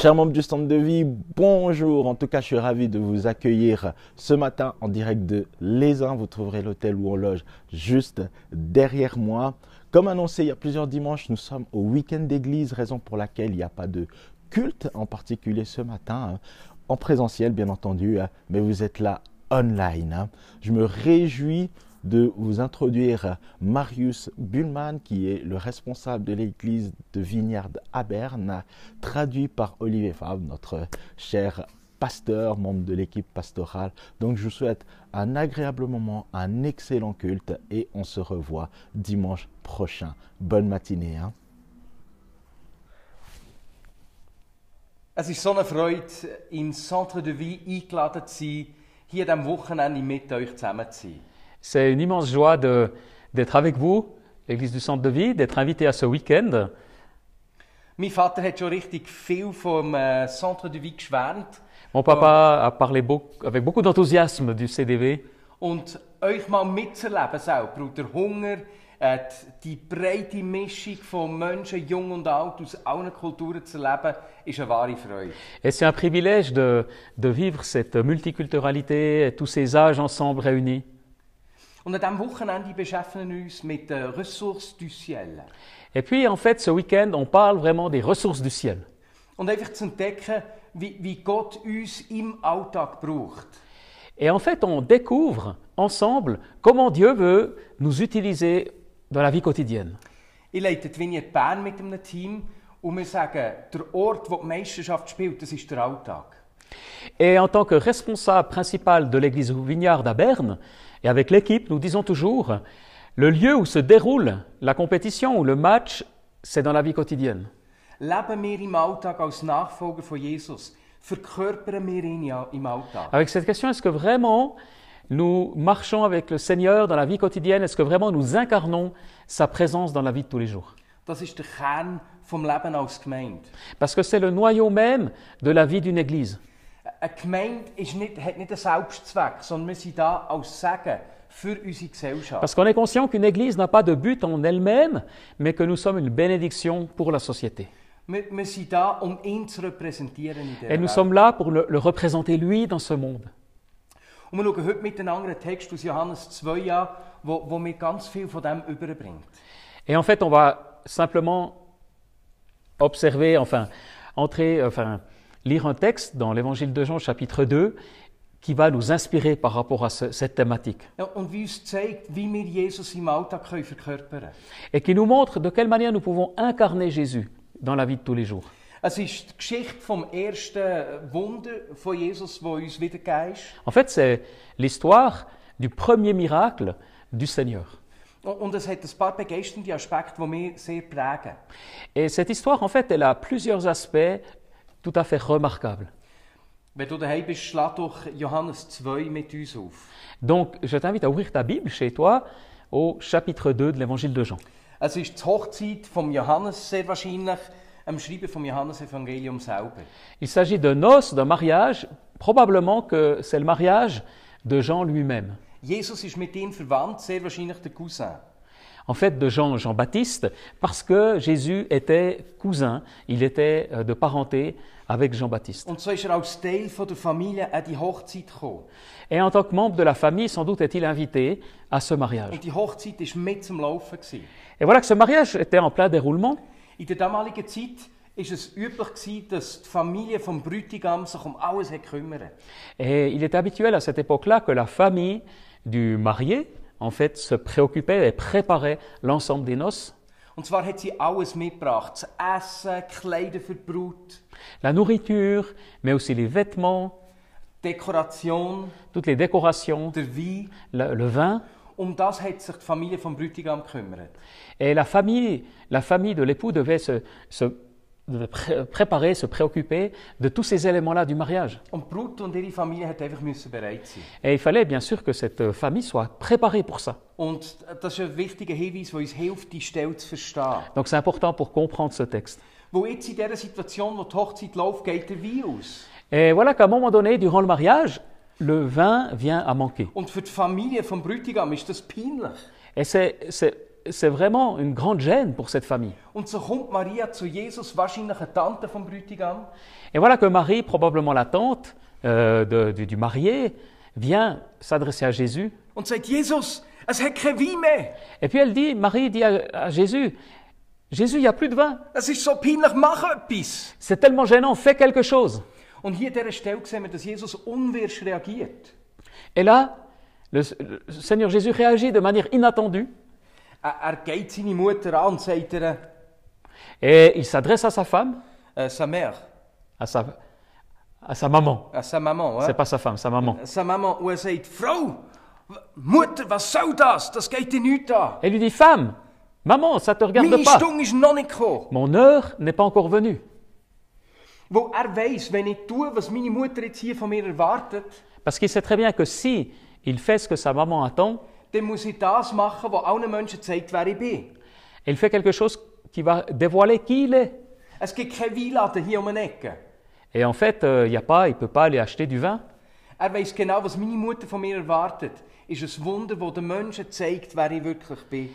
Chers membres du stand de vie, bonjour. En tout cas, je suis ravi de vous accueillir ce matin en direct de Les Uns. Vous trouverez l'hôtel où on loge juste derrière moi. Comme annoncé il y a plusieurs dimanches, nous sommes au week-end d'église, raison pour laquelle il n'y a pas de culte en particulier ce matin, hein, en présentiel bien entendu, hein, mais vous êtes là online. hein. Je me réjouis de vous introduire Marius Bullman, qui est le responsable de l'église de Vignard à Berne, traduit par Olivier Fabre, notre cher pasteur, membre de l'équipe pastorale. Donc je vous souhaite un agréable moment, un excellent culte et on se revoit dimanche prochain. Bonne matinée. hein. Es ist so eine Freude, im Centre de Vie eingeladen zu sein, hier am Wochenende mit euch zusammen zu sein. C'est une immense joie de- d'être avec vous, l'Église du Centre de Vie, d'être invité à ce week-end. Mein Vater hat schon richtig viel vom äh, Centre de Vie geschwärmt. Mon papa a parlé beau- avec beaucoup d'enthousiasme du CDV. Und euch mal mitzuerleben selber und der Hunger, äh, die, die breite Mischung von Menschen, jung und alt, aus allen Kulturen zu erleben, ist eine wahre Freude. Et c'est un privilège de, de vivre cette multiculturalité, tous ces âges ensemble réunis. Und an diesem Wochenende beschäftigen wir uns mit den Ressourcen du Ciel. Et puis, en fait, ce week-end, on parle vraiment des ressources du ciel. Und einfach zu entdecken, wie, wie Gott uns im Alltag braucht. Et en fait, on découvre ensemble comment Dieu veut nous utiliser dans la vie quotidienne. Ich leite die Vignette Bern mit einem Team und wir sagen, der Ort, wo die Meisterschaft spielt, das ist der Alltag. Et en tant que responsable principal de l'église Vignard à Berne, et avec l'équipe, nous disons toujours, le lieu où se déroule la compétition ou le match, c'est dans la vie quotidienne. Leben wir im Alltag als Nachfolger von Jesus? Verkörpern wir ihn ja im Alltag? Avec cette question, est-ce que vraiment nous marchons avec le Seigneur dans la vie quotidienne Est-ce que vraiment nous incarnons sa présence dans la vie de tous les jours Das ist der Kern vom Leben als Gemeinde. Parce que c'est le noyau même de la vie d'une église. Eine Gemeinde ist nicht, hat nicht einen Selbstzweck, sondern wir sind da als Segen für unsere Gesellschaft. Parce qu'on est conscient qu'une église n'a pas de but en elle-même, mais que nous sommes une bénédiction pour la société. Wir, wir sind da, um ihn zu repräsentieren in dieser Et nous Welt. sommes là pour le- le représenter, lui, dans ce monde. Und wir schauen heute mit einem anderen Text aus Johannes 2 an, wo, wo mir ganz viel von dem überbringt. Et en fait, on va simplement observer, enfin, entrer, enfin, lire un texte dans l'évangile de Jean, chapitre 2, qui va nous inspirer par rapport à ce- cette thématique Ja, und wie uns zeigt, wie wir Jesus im Alltag können verkörpern können. et qui nous montre de quelle manière nous pouvons incarner Jésus dans la vie de tous les jours. Es ist die Geschichte vom ersten Wunder von Jesus, wo uns wiedergegeben ist. En fait, c'est l'histoire du premier miracle du Seigneur. Und- Und es hat ein paar begeisternde Aspekte, die mich sehr prägen. Et cette histoire, en fait, elle a plusieurs aspects tout à fait remarquables. Wenn du daheim bist, schlag doch Johannes 2 mit uns auf. Donc, je t'invite à ouvrir ta Bible chez toi au chapitre 2 de l'évangile de Jean. Es ist die Hochzeit von Johannes, sehr wahrscheinlich am Schreiben vom Johannesevangelium selber. Il s'agit de noces, d'un mariage, probablement que c'est le mariage de Jean lui-même. Jesus ist mit ihm verwandt, sehr wahrscheinlich der Cousin. En fait, de Jean, Jean-Baptiste, parce que Jésus était cousin, il était euh, de parenté avec Jean-Baptiste. Und so ist er als Teil von der Familie an die Hochzeit gekommen. Et en tant que membre de la famille, sans doute est-il invité à ce mariage. Und die Hochzeit war mit zum Laufen. Gewesen. Et voilà que ce mariage était en plein déroulement. In der damaligen Zeit war es üblich, gewesen, dass die Familie vom Bräutigam sich um alles hat kümmern Et il est habituel à cette époque-là que la famille du marié, en fait, se préoccupait et préparait l'ensemble des noces. Und zwar hat sie alles mitgebracht: das Essen, die Kleider für die Brut, La nourriture, mais aussi les vêtements, Dekoration, toutes les décorations, der Wein. le, le vin. Um das hat sich die Familie vom Bräutigam gekümmert. Et la famille, la famille de l'époux devait se, se- devait pré- préparer, se préoccuper de tous ces éléments-là du mariage. Und die Brut und ihre Familie hat einfach müssen bereit sein. Et il fallait bien sûr que cette famille soit préparée pour ça. Und das ist ein wichtiger Hinweis, der uns hilft, die Stelle zu verstehen. Donc c'est important pour comprendre ce texte. Wo jetzt in dieser Situation, wo die Hochzeit läuft, geht der Wein aus. Et voilà qu'à un moment donné, durant le mariage, le vin vient à manquer. Und für die Familie vom Bräutigam ist das peinlich. Et c'est, c'est- c'est vraiment une grande gêne pour cette famille. Und so kommt Maria zu Jesus, wahrscheinlich eine Tante vom Bräutigam. Et voilà que Marie, probablement la tante euh, de- du, du marié, vient s'adresser à Jésus. und sagt, Jesus, es hat kein Wein mehr. Et puis elle dit, Marie dit à, à Jésus, Jésus, il n'y a plus de vin. Es ist so peinlich, mach etwas. C'est tellement gênant, fais quelque chose. Und hier an dieser Stelle sehen wir, dass Jesus unwirsch reagiert. Et là, le, le Seigneur Jésus réagit de manière inattendue Er, er geht seine Mutter an und sagt ihr, et il s'adresse à sa femme, äh, sa mère, à sa, à sa maman. äh, sa maman, C'est ja? pas sa femme, sa maman. sa maman, und er sagt, Frau, w- Mutter, was soll das? Das geht dir nicht an. Elle lui dit, femme, maman, ça te regarde Meine pas. Stunde ist noch nicht gekommen. Mon heure n'est pas encore venue. Weil er weiss, wenn ich tue, was meine Mutter jetzt hier von mir erwartet, Parce qu'il sait très bien que si il fait ce que sa maman attend, dann muss ich das machen, was allen Menschen zeigt, wer ich bin. elle fait quelque chose qui va dévoiler qui il est. Es gibt keinen Weinladen hier um die Ecke. Et en fait, euh, il n'y a pas, il ne peut pas aller acheter du vin. Er weiß genau, was meine Mutter von mir erwartet. Ist ein Wunder, das den Menschen zeigt, wer ich wirklich bin.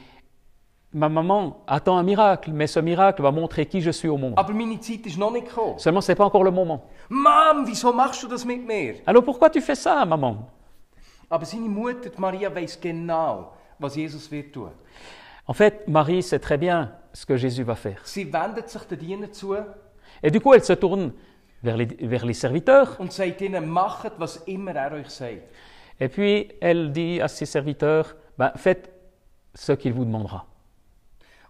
Ma maman attend un miracle, mais ce miracle va montrer qui je suis au monde. Aber meine Zeit ist noch nicht gekommen. Seulement, ce n'est pas encore le moment. Mom, wieso machst du das mit mir? Alors pourquoi tu fais ça, maman Aber seine Mutter, die Maria, weiß genau, was Jesus wird tun. En fait, Marie sait très bien ce que Jésus va faire. Sie wendet sich den Dienern zu Et du coup, elle se tourne vers les, vers les serviteurs. und sagt ihnen, macht, was immer er euch sagt. Et puis, elle dit à ses serviteurs, Ben, faites ce qu'il vous demandera.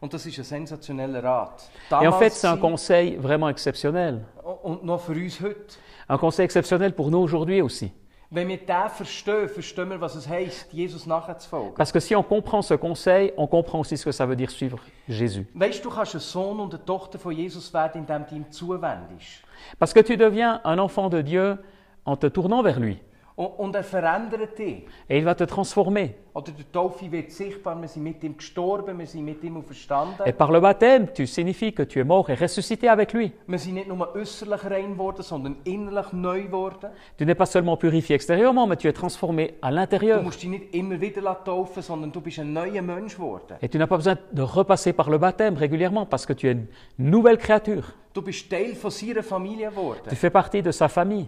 Und das ist ein sensationeller Rat. Et en fait, c'est un sie- conseil vraiment exceptionnel. und noch für uns heute. Un conseil exceptionnel pour nous aujourd'hui aussi. Wenn wir den verstehen, verstehen wir, was es heisst, Jesus nachzufolgen. Parce que si on comprend ce conseil, on comprend aussi ce que ça veut dire suivre Jésus. Weißt du, du kannst ein Sohn und eine Tochter von Jesus werden, indem du ihm zuwendest. Parce que tu deviens un enfant de Dieu en te tournant vers lui. Und, und er verändert dich. Et il va te transformer. Oder der Taufe wird sichtbar, wir sind mit ihm gestorben, wir sind mit ihm Et verstanden. par le baptême, tu signifies que tu es mort et ressuscité avec lui. Wir sind nicht nur äußerlich rein geworden, sondern innerlich neu geworden. Tu n'es pas seulement purifié extérieurement, mais tu es transformé à Du l'intérieur. musst dich nicht immer wieder lassen taufen, sondern du bist ein neuer Mensch geworden. Et tu n'as pas besoin de repasser par le baptême régulièrement parce que tu es une nouvelle créature. Du bist Teil von seiner Familie Tu geworden. fais partie de sa famille.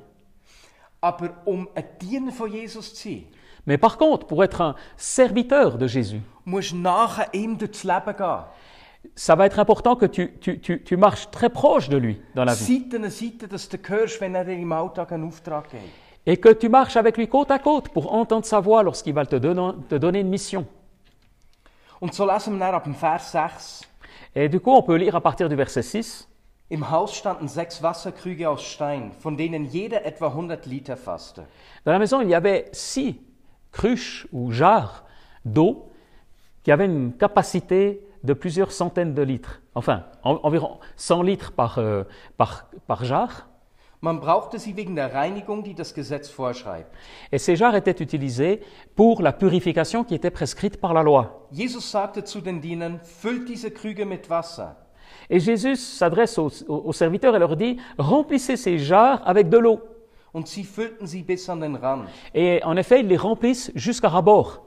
Aber um ein Diener von Jesus zu sein, Mais par contre, pour être un serviteur de Jésus, musst du nachher ihm durchs Leben gehen. ça va être important que tu, tu, tu, tu marches très proche de lui dans la vie. Seite an Seite, dass du hörst, wenn er dir im Alltag einen Auftrag gibt. Et que tu marches avec lui côte à côte pour entendre sa voix lorsqu'il va te donner, te donner une mission. Und so lesen wir dann ab dem Vers 6. Et du coup, on peut lire à partir du verset 6. Im Haus standen sechs Wasserkrüge aus Stein, von denen jeder etwa 100 Liter fasste. Dans la maison, il y avait six cruches ou jarres d'eau qui avaient une capacité de plusieurs centaines de litres. Enfin, en- environ 100 litres par, euh, par, par jarre. Man brauchte sie wegen der Reinigung, die das Gesetz vorschreibt. Et ces jarres étaient utilisées pour la purification qui était prescrite par la loi. Jesus sagte zu den Dienern, füllt diese Krüge mit Wasser. Et Jésus s'adresse aux, aux serviteurs et leur dit, remplissez ces jarres avec de l'eau. Und sie füllten sie bis an den Rand. Et en effet, ils les remplissent jusqu'à rabord.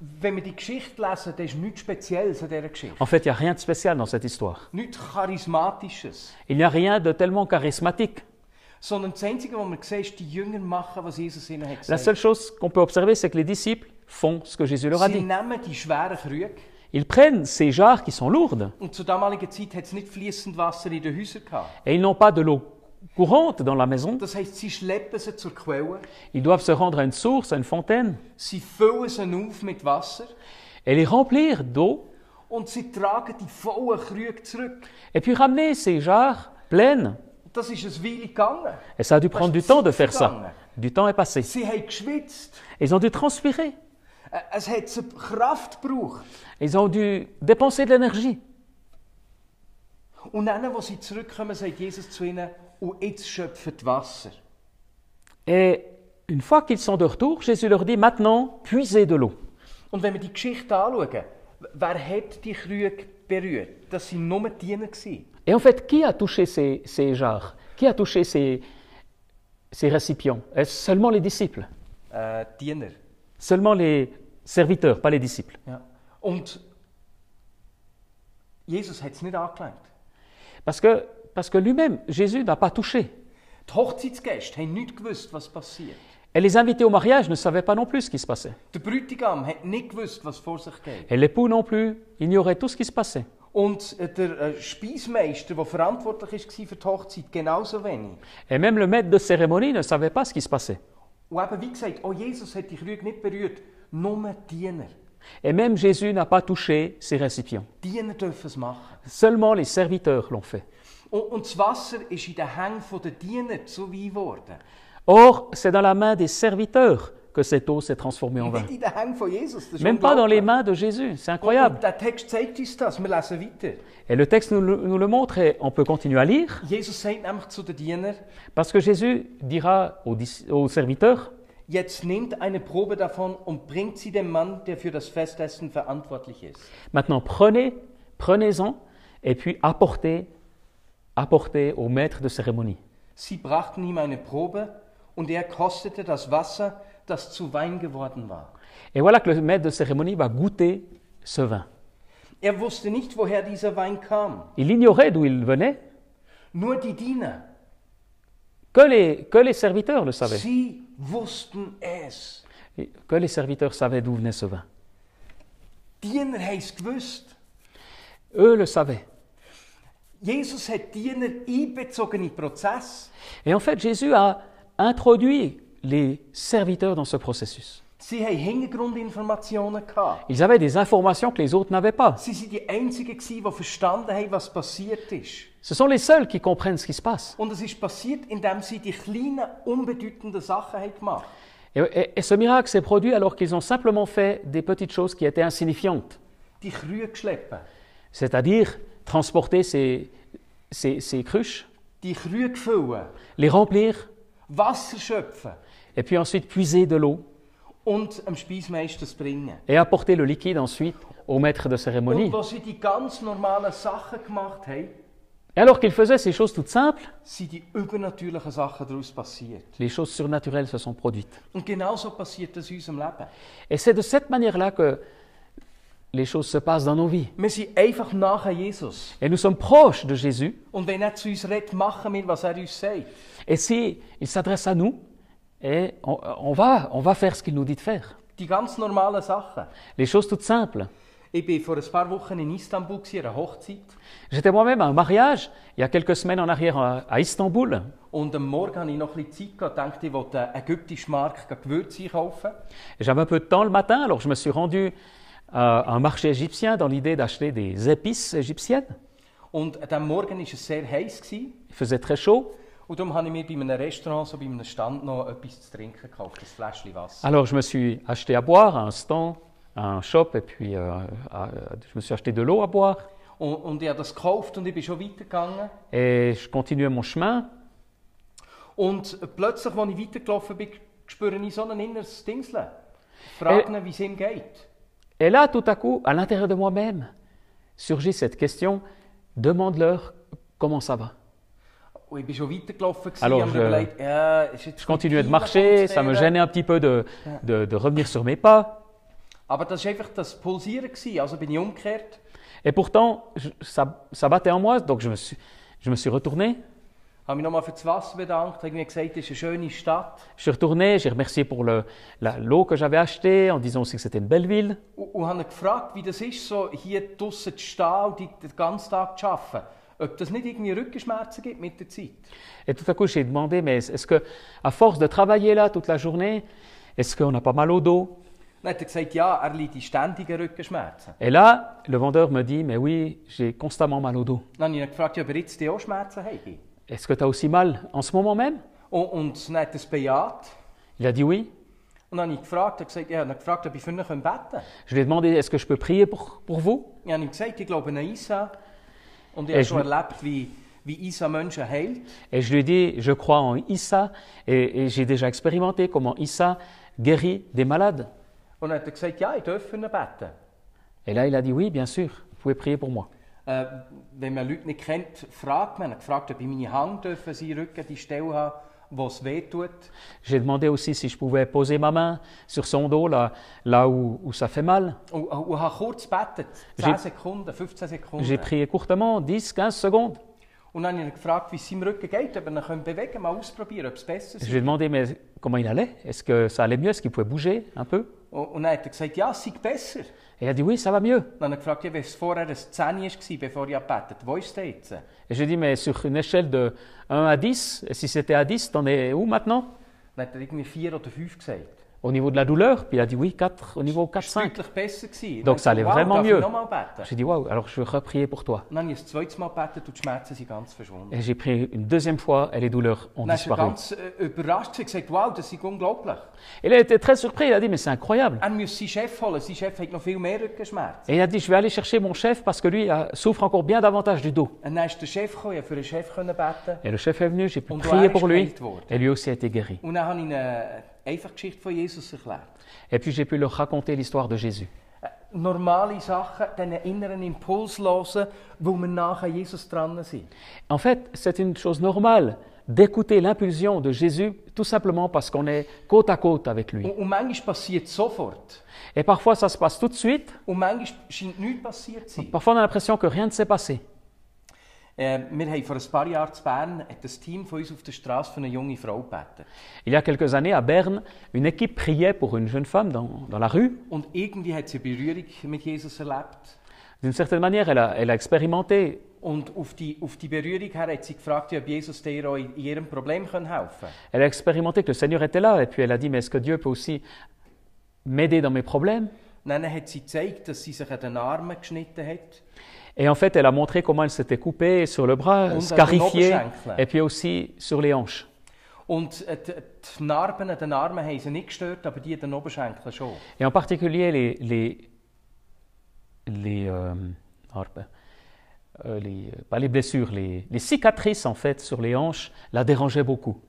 Wenn wir die Geschichte lesen, dann ist nichts Spezielles an dieser Geschichte. En fait, il n'y a rien de spécial dans cette histoire. Nichts Charismatisches. Il n'y a rien de tellement charismatique. Sondern das Einzige, was man sieht, ist, die Jünger machen, was Jesus ihnen hat La gesagt. seule chose qu'on peut observer, c'est que les disciples font ce que Jésus leur a Sie dit. nehmen die schweren Krüge. Ils prennent ces jarres qui sont lourdes Und zur damaligen Zeit hat es nicht fließend Wasser in den Häusern gehabt. et ils n'ont pas de l'eau courante dans la maison. Das heisst, sie schleppen sie zur Quelle, Ils doivent se rendre à une source, à une fontaine sie füllen sie auf mit Wasser et les remplir d'eau und sie tragen die vollen Krüge zurück. et puis ramener ces jarres pleines. Das ist ein Weile gegangen. Et ça a dû prendre du temps de faire ça. Du temps est passé. Sie haben geschwitzt. Ils ont dû transpirer. Äh, Es hat sie Kraft gebraucht. Ils ont dû dépenser de l'énergie. Und dann, wo sie zurückkommen, sagt Jesus zu ihnen, und jetzt schöpft Wasser. Et une fois qu'ils sont de retour, Jésus leur dit maintenant, puisez de l'eau. Und wenn wir die Geschichte anschauen, wer hat die Krüge berührt? Das waren nur die Diener. gewesen. Et en fait, qui a touché ces, ces jarres Qui a touché ces, ces récipients Est-ce seulement les disciples Äh, Diener. Seulement les serviteurs, pas les disciples. Ja. Und Jesus hat es nicht angelangt. Parce que, parce que lui-même, Jésus n'a pas touché. Die Hochzeitsgäste haben nicht gewusst, was passiert. Et les invités au mariage ne savaient pas non plus ce qui se passait. Der Bräutigam hat nicht gewusst, was vor sich geht. Et l'époux non plus ignorait tout ce qui se passait. Und äh, der äh, Speismeister, der verantwortlich war für die Hochzeit, genauso wenig. Et même le maître de cérémonie ne savait pas ce qui se passait. Und eben wie gesagt, auch Jesus hat die Krüge nicht berührt, nur die Diener. Et même Jésus n'a pas touché ses récipients. Die Diener dürfen es machen. Seulement les serviteurs l'ont fait. Und, und das Wasser ist in den Hängen der Diener zu Wein geworden. Or, c'est dans la main des serviteurs que cette eau s'est transformée en vin. Nicht in den Hängen von Jesus. Das ist Même pas dans les unglaublich. mains de Jésus. C'est Und incroyable. der Text zeigt uns das. Wir lesen weiter. Et le texte nous, le- nous le montre et on peut continuer à lire Jesus sagt nämlich zu den Dienern, parce que Jésus dira aux, dis- aux serviteurs, jetzt nehmt eine Probe davon und bringt sie dem Mann, der für das Festessen verantwortlich ist. maintenant prenez, prenez-en et puis apportez, apportez au maître de cérémonie. Sie brachten ihm eine Probe und er kostete das Wasser, das zu Wein geworden war. Et voilà que le maître de cérémonie va goûter ce vin. Er wusste nicht, woher dieser Wein kam. Il ignorait d'où il venait, Nur die Diener, que les, que les serviteurs le savaient. sie wussten es. Et Que les serviteurs savaient d'où venait ce vin. Diener haben es gewusst. Eux le savaient. Jesus hat Diener einbezogen in den Prozess. Et en fait, Jésus a introduit les serviteurs dans ce processus. Sie haben Hintergrundinformationen gehabt. Ils avaient des informations que les autres n'avaient pas. Sie sind die Einzigen, gewesen, die verstanden haben, was passiert ist. Ce sont les seuls qui comprennent ce qui se passe. Und es ist passiert, indem sie die kleinen, unbedeutenden Sachen haben gemacht Et, et- et ce miracle s'est produit alors qu'ils ont simplement fait des petites choses qui étaient insignifiantes, Die Krühe geschleppt. c'est-à-dire transporter ces, ces- ces cruches, Die Krühe gefüllt. les remplir, Wasser schöpfen. et puis ensuite puiser de l'eau Und am Speismeister zu bringen. et apporter le liquide ensuite au maître de cérémonie. Und was sie die ganz normalen Sachen gemacht haben, Et alors qu'ils faisaient ces choses toutes simples, sind die übernatürlichen Sachen daraus passiert. les choses surnaturelles se sont produites. Und genauso passiert das in unserem Leben. Et c'est de cette manière-là que les choses se passent dans nos vies. Wir sind einfach nachher Jesus. Et nous sommes proches de Jésus. Und wenn er zu uns redet, machen wir, was er uns sagt. Et si il s'adresse à nous, et on, on va, on va faire ce qu'il nous dit de faire. Die ganz normalen Sachen. Les choses toutes simples. Ich war vor ein paar Wochen in Istanbul, gewesen, an einer Hochzeit. J'étais moi-même à un mariage, il y a quelques semaines en arrière, à, à Istanbul. Und am Morgen hatte ich noch ein bisschen Zeit gehabt, dachte, ich wollte einen ägyptischen Markt gehen Gewürze kaufen. J'avais un peu de temps le matin, alors je me suis rendu euh, à un marché égyptien dans l'idée d'acheter des épices égyptiennes. Und an diesem Morgen war es sehr heiß. Gewesen. Il faisait très chaud. Und darum habe ich mir bei einem Restaurant, so bei einem Stand noch etwas zu trinken gekauft, ein Fläschchen Wasser. Alors je me suis acheté à boire à un stand, à un shop, et puis euh, à- je me suis acheté de l'eau à boire. Und, und ich habe das gekauft und ich bin schon weitergegangen. Et je continuais mon chemin. Und plötzlich, als ich weitergelaufen bin, spüre ich so ein inneres Dingseln. Äh, Fragen, wie es ihm geht. Et là, tout à coup, à l'intérieur de moi-même, surgit cette question, demande-leur comment ça va. Und ich bin schon weitergelaufen gewesen, Alors, habe mir je- überlegt, ja, ist jetzt Je continuais de Kinder marcher, ça me konzentrieren. gênait un petit peu de, de- de revenir sur mes pas. Aber das war einfach das Pulsieren, gewesen. also bin ich umgekehrt. Et pourtant, je- ça, ça battait en moi, donc je me suis, je me suis retourné. habe mich nochmal für das Wasser bedankt, habe mir gesagt, es ist eine schöne Stadt. Je suis retourné, j'ai remercié pour le- la- l'eau que j'avais achetée, en disant aussi que c'était une belle ville. Und, und habe ihn gefragt, wie das ist, so hier draussen zu stehen und die- den ganzen Tag zu arbeiten. Ob das nicht irgendwie Rückenschmerzen gibt mit der Zeit. Et tout à coup, j'ai demandé, mais est-ce que, à force de travailler là toute la journée, est-ce qu'on a pas mal au dos Dann hat er gesagt, ja, er leidet ständige Rückenschmerzen. Et là, le vendeur me dit, mais oui, j'ai constamment mal au dos. Dann habe ich ihn gefragt, ja, ob er jetzt die auch Schmerzen habe. Est-ce que tu as aussi mal en ce moment même Und, und dann hat er es bejaht. Il a dit oui. Und dann habe ich gefragt, er hat gesagt, ja, dann habe ich gefragt, ob ich für ihn beten kann. Je lui ai demandé, est-ce que je peux prier pour, pour vous Ich habe ihm gesagt, ich glaube an Isa. Und ich Er habe ist schon mit- erlebt, wie, wie Isa Menschen heilt. Et je lui ai dit, je crois en Issa et, et j'ai déjà expérimenté comment Issa guérit des malades. Und dann hat er gesagt, ja, ich darf für ihn beten. Et là, il a dit oui, bien sûr, vous pouvez prier pour moi. Äh, wenn man Leute nicht kennt, fragt man. Ich gefragt, ob ich meine Hand dürfen, seinen Rücken die Stelle haben, wo es weh tut. J'ai demandé aussi si je pouvais poser ma main sur son dos, là, là où, où ça fait mal. Und, und habe kurz gebetet, 10 J'ai- Sekunden, 15 Sekunden. J'ai prié courtement, 10, 15 secondes. Und dann habe ich ihn gefragt, wie es seinem Rücken geht, ob er ihn können bewegen kann, mal ausprobieren, ob es besser Je ist. lui ai demandé mais comment il allait, est-ce que ça allait mieux, est-ce qu'il pouvait bouger un peu. Und, und dann hat er gesagt, ja, es sei besser. Und Et il a dit oui, ça va mieux. dann habe ich gefragt, ja, wenn es vorher ein 10 war, bevor ich gebetet habe, wo ist er jetzt? Dann Et j'ai dit mais sur une échelle de 1 à 10, et si c'était à 10, t'en es où maintenant hat er irgendwie 4 oder 5 gesagt. Au niveau de la douleur Puis il a dit oui, 4, au niveau 4, Es war 5. deutlich besser. Gewesen. Donc, ça allait vraiment mieux. nochmal beten. J'ai dit waouh, alors je vais reprier pour toi. Und dann habe ich ein zweites Mal gebetet und die Schmerzen sind ganz verschwunden. Et j'ai prié une deuxième fois et les douleurs ont Dann ist er disparu. ganz äh, überrascht und gesagt, wow, das ist unglaublich. Et là, il était très surpris, il a dit mais c'est incroyable. Er müsse seinen Chef holen, sein Chef hat noch viel mehr Rückenschmerzen. Et il a dit je vais aller chercher mon chef parce que lui ah, souffre encore bien davantage du dos. Und dann ist der Chef gekommen, ich konnte für den Chef können beten. Et le chef est venu, j'ai pu On doit prier aller pour lui jusqu'à Edward. et lui aussi a été guéri. Und dann habe ich ihnen äh, einfach die Geschichte von Jesus erklärt. Äh, Et puis j'ai pu leur raconter l'histoire de Jésus. normale Sachen, diesen inneren Impuls hören, wo wir nachher an Jesus dran sind. En fait, c'est une chose normale d'écouter l'impulsion de Jésus tout simplement parce qu'on est côte à côte avec lui. Und, und manchmal passiert es sofort. Et parfois, ça se passe tout de suite. Und manchmal scheint nichts passiert zu sein. Parfois, on a l'impression que rien ne s'est passé. Äh, wir haben vor ein paar Jahren zu Bern hat ein Team von uns auf der Straße für eine junge Frau gebeten. Il y a quelques années, à Berne, une équipe priait pour une jeune femme dans, dans la rue. Und irgendwie hat sie eine Berührung mit Jesus erlebt. D'une certaine manière, elle a, elle a expérimenté. Und auf die, auf die Berührung her hat sie gefragt, ob Jesus dir auch in ihrem Problem können helfen kann. Elle a expérimenté que le Seigneur était là. Et puis, elle a dit, mais est-ce que Dieu peut aussi m'aider dans mes problèmes Dann hat sie gezeigt, dass sie sich an den Armen geschnitten hat. Et en fait, elle a montré comment elle s'était coupée sur le bras, On scarifiée, a ton et puis aussi sur les hanches. Und äh, die, die Narben an den Armen haben sie nicht gestört, aber die an den Oberschenkeln schon. Et en particulier les les les euh, harpe- euh, les- pas les blessures, les, les cicatrices en fait sur les hanches la dérangeaient beaucoup.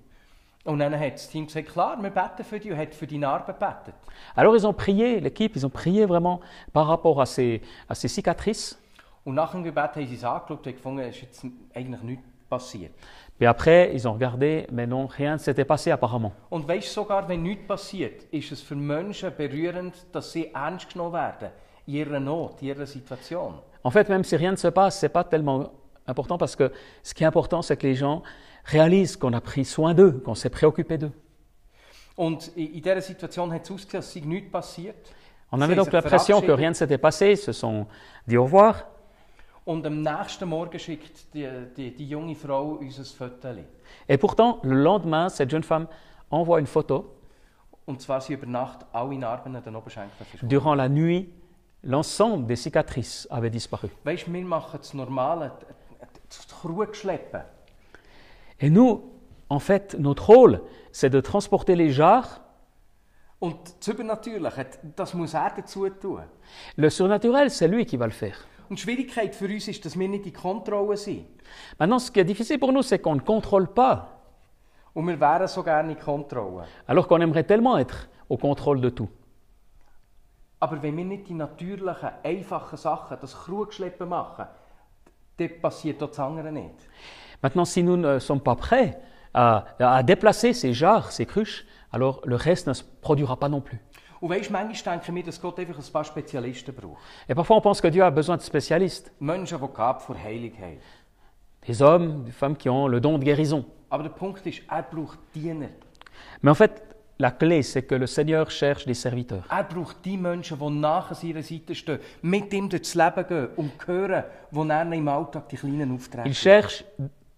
Und dann hat das Team gesagt, klar, wir beten für dich und hat für die Narben gebetet. Alors ils ont prié, l'équipe, ils ont prié vraiment par rapport à ces à ces cicatrices. Und nach dem Gebet haben sie es angeschaut und gefunden, es ist jetzt eigentlich nichts passiert. Puis après, ils ont regardé, mais non, rien ne s'était passé apparemment. Und weißt du, sogar wenn nichts passiert, ist es für Menschen berührend, dass sie ernst genommen werden. In ihrer Not, in ihrer Situation. En fait, même si rien ne se passe, c'est pas tellement important parce que ce qui est important, c'est que les gens réalisent qu'on a pris soin d'eux, qu'on s'est préoccupé d'eux. Und in in dieser Situation hat es ausgesehen, als sei nichts passiert. On Sie avait haben donc sich l'impression que verabschiedet. rien ne s'était passé, ils se sont dit au revoir. Und am nächsten Morgen schickt die, die, die junge Frau uns ein Foto. Et pourtant, le lendemain, cette jeune femme envoie une photo. Und zwar sind über Nacht alle Narben an den Oberschenkeln verschwunden. Durant la nuit, l'ensemble des cicatrices avait disparu. Weißt du, wir machen das Normale, das Krugschleppen. Et nous, en fait, notre rôle, c'est de transporter les jarres. Und das Übernatürliche, das muss er dazu tun. Le surnaturel, c'est lui qui va le faire. Und die Schwierigkeit für uns ist, dass wir nicht in Kontrolle sind. Maintenant, ce qui est difficile pour nous, c'est qu'on ne contrôle pas, Und wir wären so gerne in Kontrolle. alors qu'on aimerait tellement être au contrôle de tout. Aber wenn wir nicht die natürlichen, einfachen Sachen, das Krugschleppen machen, dann passiert auch das andere nicht. Maintenant, si nous ne sommes pas prêts à, à déplacer ces jarres, ces cruches, alors le reste ne se produira pas non plus. Und weißt du, manchmal denken wir, dass Gott einfach ein paar Spezialisten braucht. Et parfois, on pense que Dieu a besoin de spécialistes, Menschen, die Gabe vor Heilung haben. des hommes, des femmes qui ont le don de guérison. Aber der Punkt ist, er braucht Diener. Mais en fait, la clé, c'est que le Seigneur cherche des serviteurs. Er braucht die Menschen, die nach an seiner Seite stehen, mit ihm durchs Leben gehen und hören, wo er im Alltag die Kleinen Il auftreten. cherche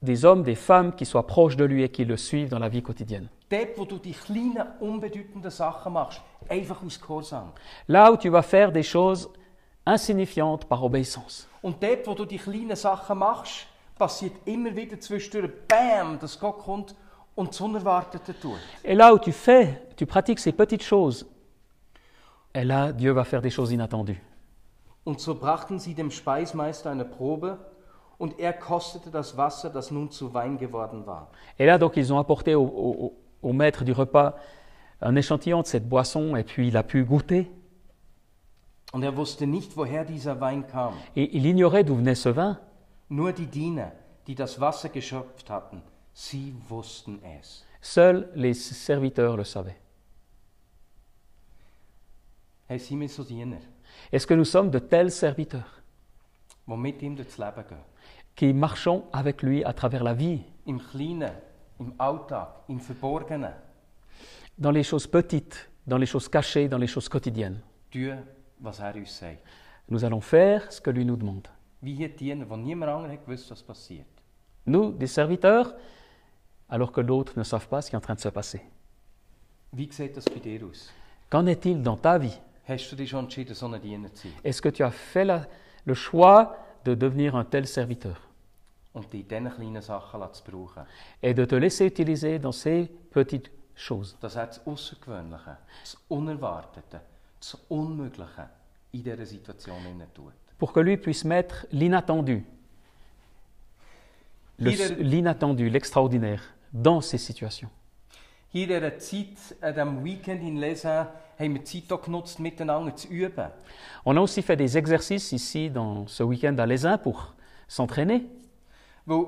des hommes, des femmes qui soient proches de lui et qui le suivent dans la vie quotidienne. Dort, wo du die kleinen, unbedeutenden Sachen machst, einfach aus Gehorsam. Là où tu vas faire des choses insignifiantes par obéissance. Und dort, wo du die kleinen Sachen machst, passiert immer wieder zwischendurch, bam, dass Gott kommt und das Unerwartete tut. Et là où tu fais, tu pratiques ces petites choses, et là, Dieu va faire des choses inattendues. Und so brachten sie dem Speismeister eine Probe, und er kostete das Wasser, das nun zu Wein geworden war. Et là, donc, ils ont apporté au, au- au maître du repas un échantillon de cette boisson, et puis il a pu goûter. Und er wusste nicht, woher dieser Wein kam. Et il ignorait d'où venait ce vin. Nur die Diener, die das Wasser geschöpft hatten, sie wussten es. Seuls les serviteurs le savaient. Hey, sind wir so Diener, Est-ce que nous sommes de tels serviteurs die mit ihm durchs Leben gehen? qui marchons avec lui à travers la vie, Im Kleinen, im Alltag, im Verborgenen. dans les choses petites, dans les choses cachées, dans les choses quotidiennes Tun, was er uns sagt. Nous allons faire ce que lui nous demande. Wie hier Diener, von niemand anderem hat gewusst, was passiert. Nous, des serviteurs, alors que d'autres ne savent pas ce qui est en train de se passer. Wie sieht das bei dir aus? Qu'en est-il dans ta vie Hast du dich schon entschieden, so ein Diener zu sein Est-ce que tu as fait la- le choix de devenir un tel serviteur und dich in diesen kleinen Sachen lassen zu brauchen? et de te laisser utiliser dans ces petites choses Dass er das Außergewöhnliche, das Unerwartete, das Unmögliche in dieser Situation hinein tut. pour que lui puisse mettre l'inattendu, le- Il est- l'inattendu, l'extraordinaire dans ces situations. Hier in dieser Zeit, an diesem Weekend in Lesen, haben wir die Zeit auch genutzt, miteinander zu üben. On a aussi fait des exercices ici dans ce week-end à Lézin pour s'entraîner. Weil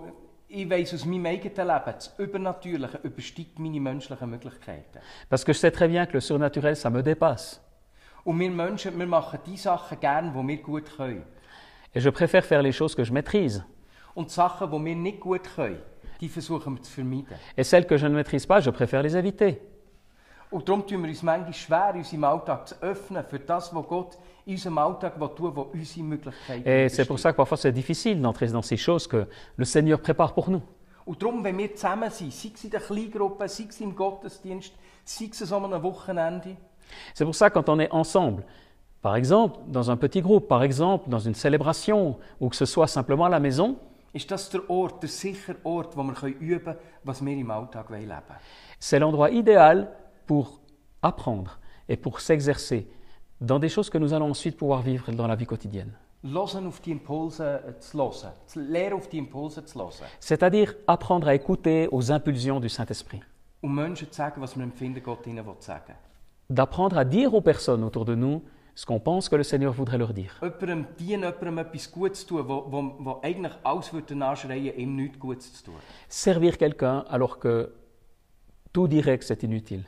ich weiss aus meinem eigenen Leben, das Übernatürliche übersteigt meine menschlichen Möglichkeiten. Parce que je sais très bien que le surnaturel, ça me dépasse. Und wir Menschen, wir machen die Sachen gern, die wir gut können. Et je préfère faire les choses que je maîtrise. Und die Sachen, die wir nicht gut können, die versuchen wir zu vermeiden. Et celles que je ne maîtrise pas, je préfère les éviter. Und darum tun wir uns manchmal schwer, uns im Alltag zu öffnen für das, was Gott in unserem Alltag will tun will, was unsere Möglichkeiten Et c'est pour übersteigt. ça que parfois c'est difficile d'entrer dans ces choses que le Seigneur prépare pour nous. Und darum, wenn wir zusammen sind, sei es in der Kleingruppe, sei es im Gottesdienst, sei es an einem Wochenende, C'est pour ça que quand on est ensemble, par exemple dans un petit groupe, par exemple dans une célébration, ou que ce soit simplement à la maison, ist das der Ort, der sichere Ort, wo wir können üben können, was wir im Alltag leben wollen. c'est l'endroit idéal pour apprendre et pour s'exercer dans des choses que nous allons ensuite pouvoir vivre dans la vie quotidienne. Hören auf die Impulse äh, zu hören. Zu Lehren auf die Impulse zu hören. C'est-à-dire apprendre à écouter aux impulsions du Saint-Esprit, Um Menschen zu sagen, was wir empfinden, Gott ihnen will sagen. d'apprendre à dire aux personnes autour de nous ce qu'on pense que le Seigneur voudrait leur dire. Jemandem dienen, jemandem etwas Gutes zu tun, wo, wo, wo eigentlich alles würde anschreien, ihm nichts Gutes zu tun. Servir quelqu'un alors que tout dirait que c'est inutile.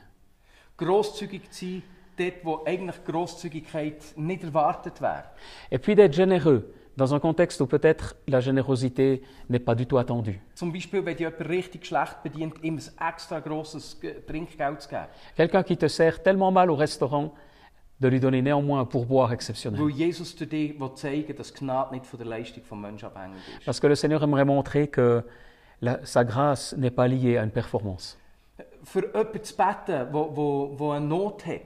Grosszügig zu sein, dort, wo eigentlich Grosszügigkeit nicht erwartet wäre. Et puis d'être généreux dans un contexte où peut-être la générosité n'est pas du tout attendue. Zum Beispiel, wenn dich jemand richtig schlecht bedient, ihm ein extra grosses G- Trinkgeld zu geben. Quelqu'un qui te sert tellement mal au restaurant, de lui donner néanmoins un pourboire exceptionnel. Weil Jesus dir dir will zeigen dass Gnade nicht von der Leistung des Menschen abhängig ist. Parce que le Seigneur aimerait montrer que la- sa grâce n'est pas liée à une performance. Für jemanden zu beten, wo, wo, wo eine Not hat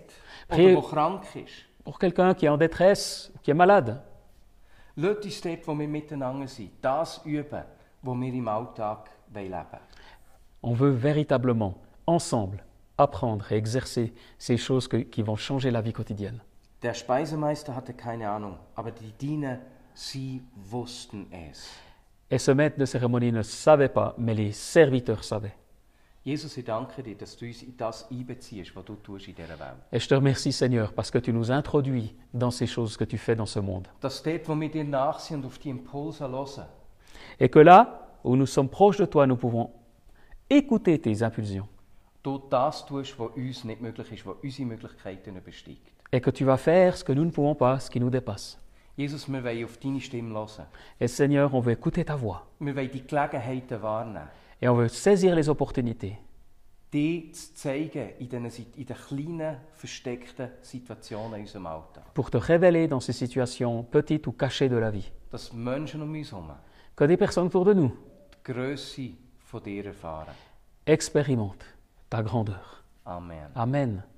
oder Prier- wo krank ist, Pour quelqu'un qui est en détresse, qui est malade, lasst uns dort, wo wir miteinander sind, das üben, wo wir im Alltag leben wollen. on veut véritablement, ensemble, apprendre et exercer ces choses que- qui vont changer la vie quotidienne. Der Speisemeister hatte keine Ahnung, aber die Diener, sie wussten es. Et ce maître de cérémonie ne savait pas, mais les serviteurs savaient. Jesus, ich danke dir, dass du uns in das einbeziehst, was du tust in dieser Welt. Et je te remercie Seigneur parce que tu nous introduis dans ces choses que tu fais dans ce monde. Dass dort, wo wir dir nach sind und auf die Impulse hören, Et que là, où nous sommes proches de toi, nous pouvons écouter tes impulsions. du das tust, was uns nicht möglich ist, was unsere Möglichkeiten übersteigt. Et que tu vas faire ce que nous ne pouvons pas, ce qui nous dépasse. Jesus, wir wollen auf deine Stimme hören. Et Seigneur, on veut écouter ta voix. Wir wollen die Gelegenheiten wahrnehmen, Et on veut saisir les opportunités. dir zu zeigen in den, in den kleinen, versteckten Situationen in unserem Alltag. pour te révéler dans ces situations petites ou cachées de la vie. Dass Menschen um uns herum Que des personnes autour de nous die Grösse von dir erfahren. expérimentent ta grandeur. Amen. Amen.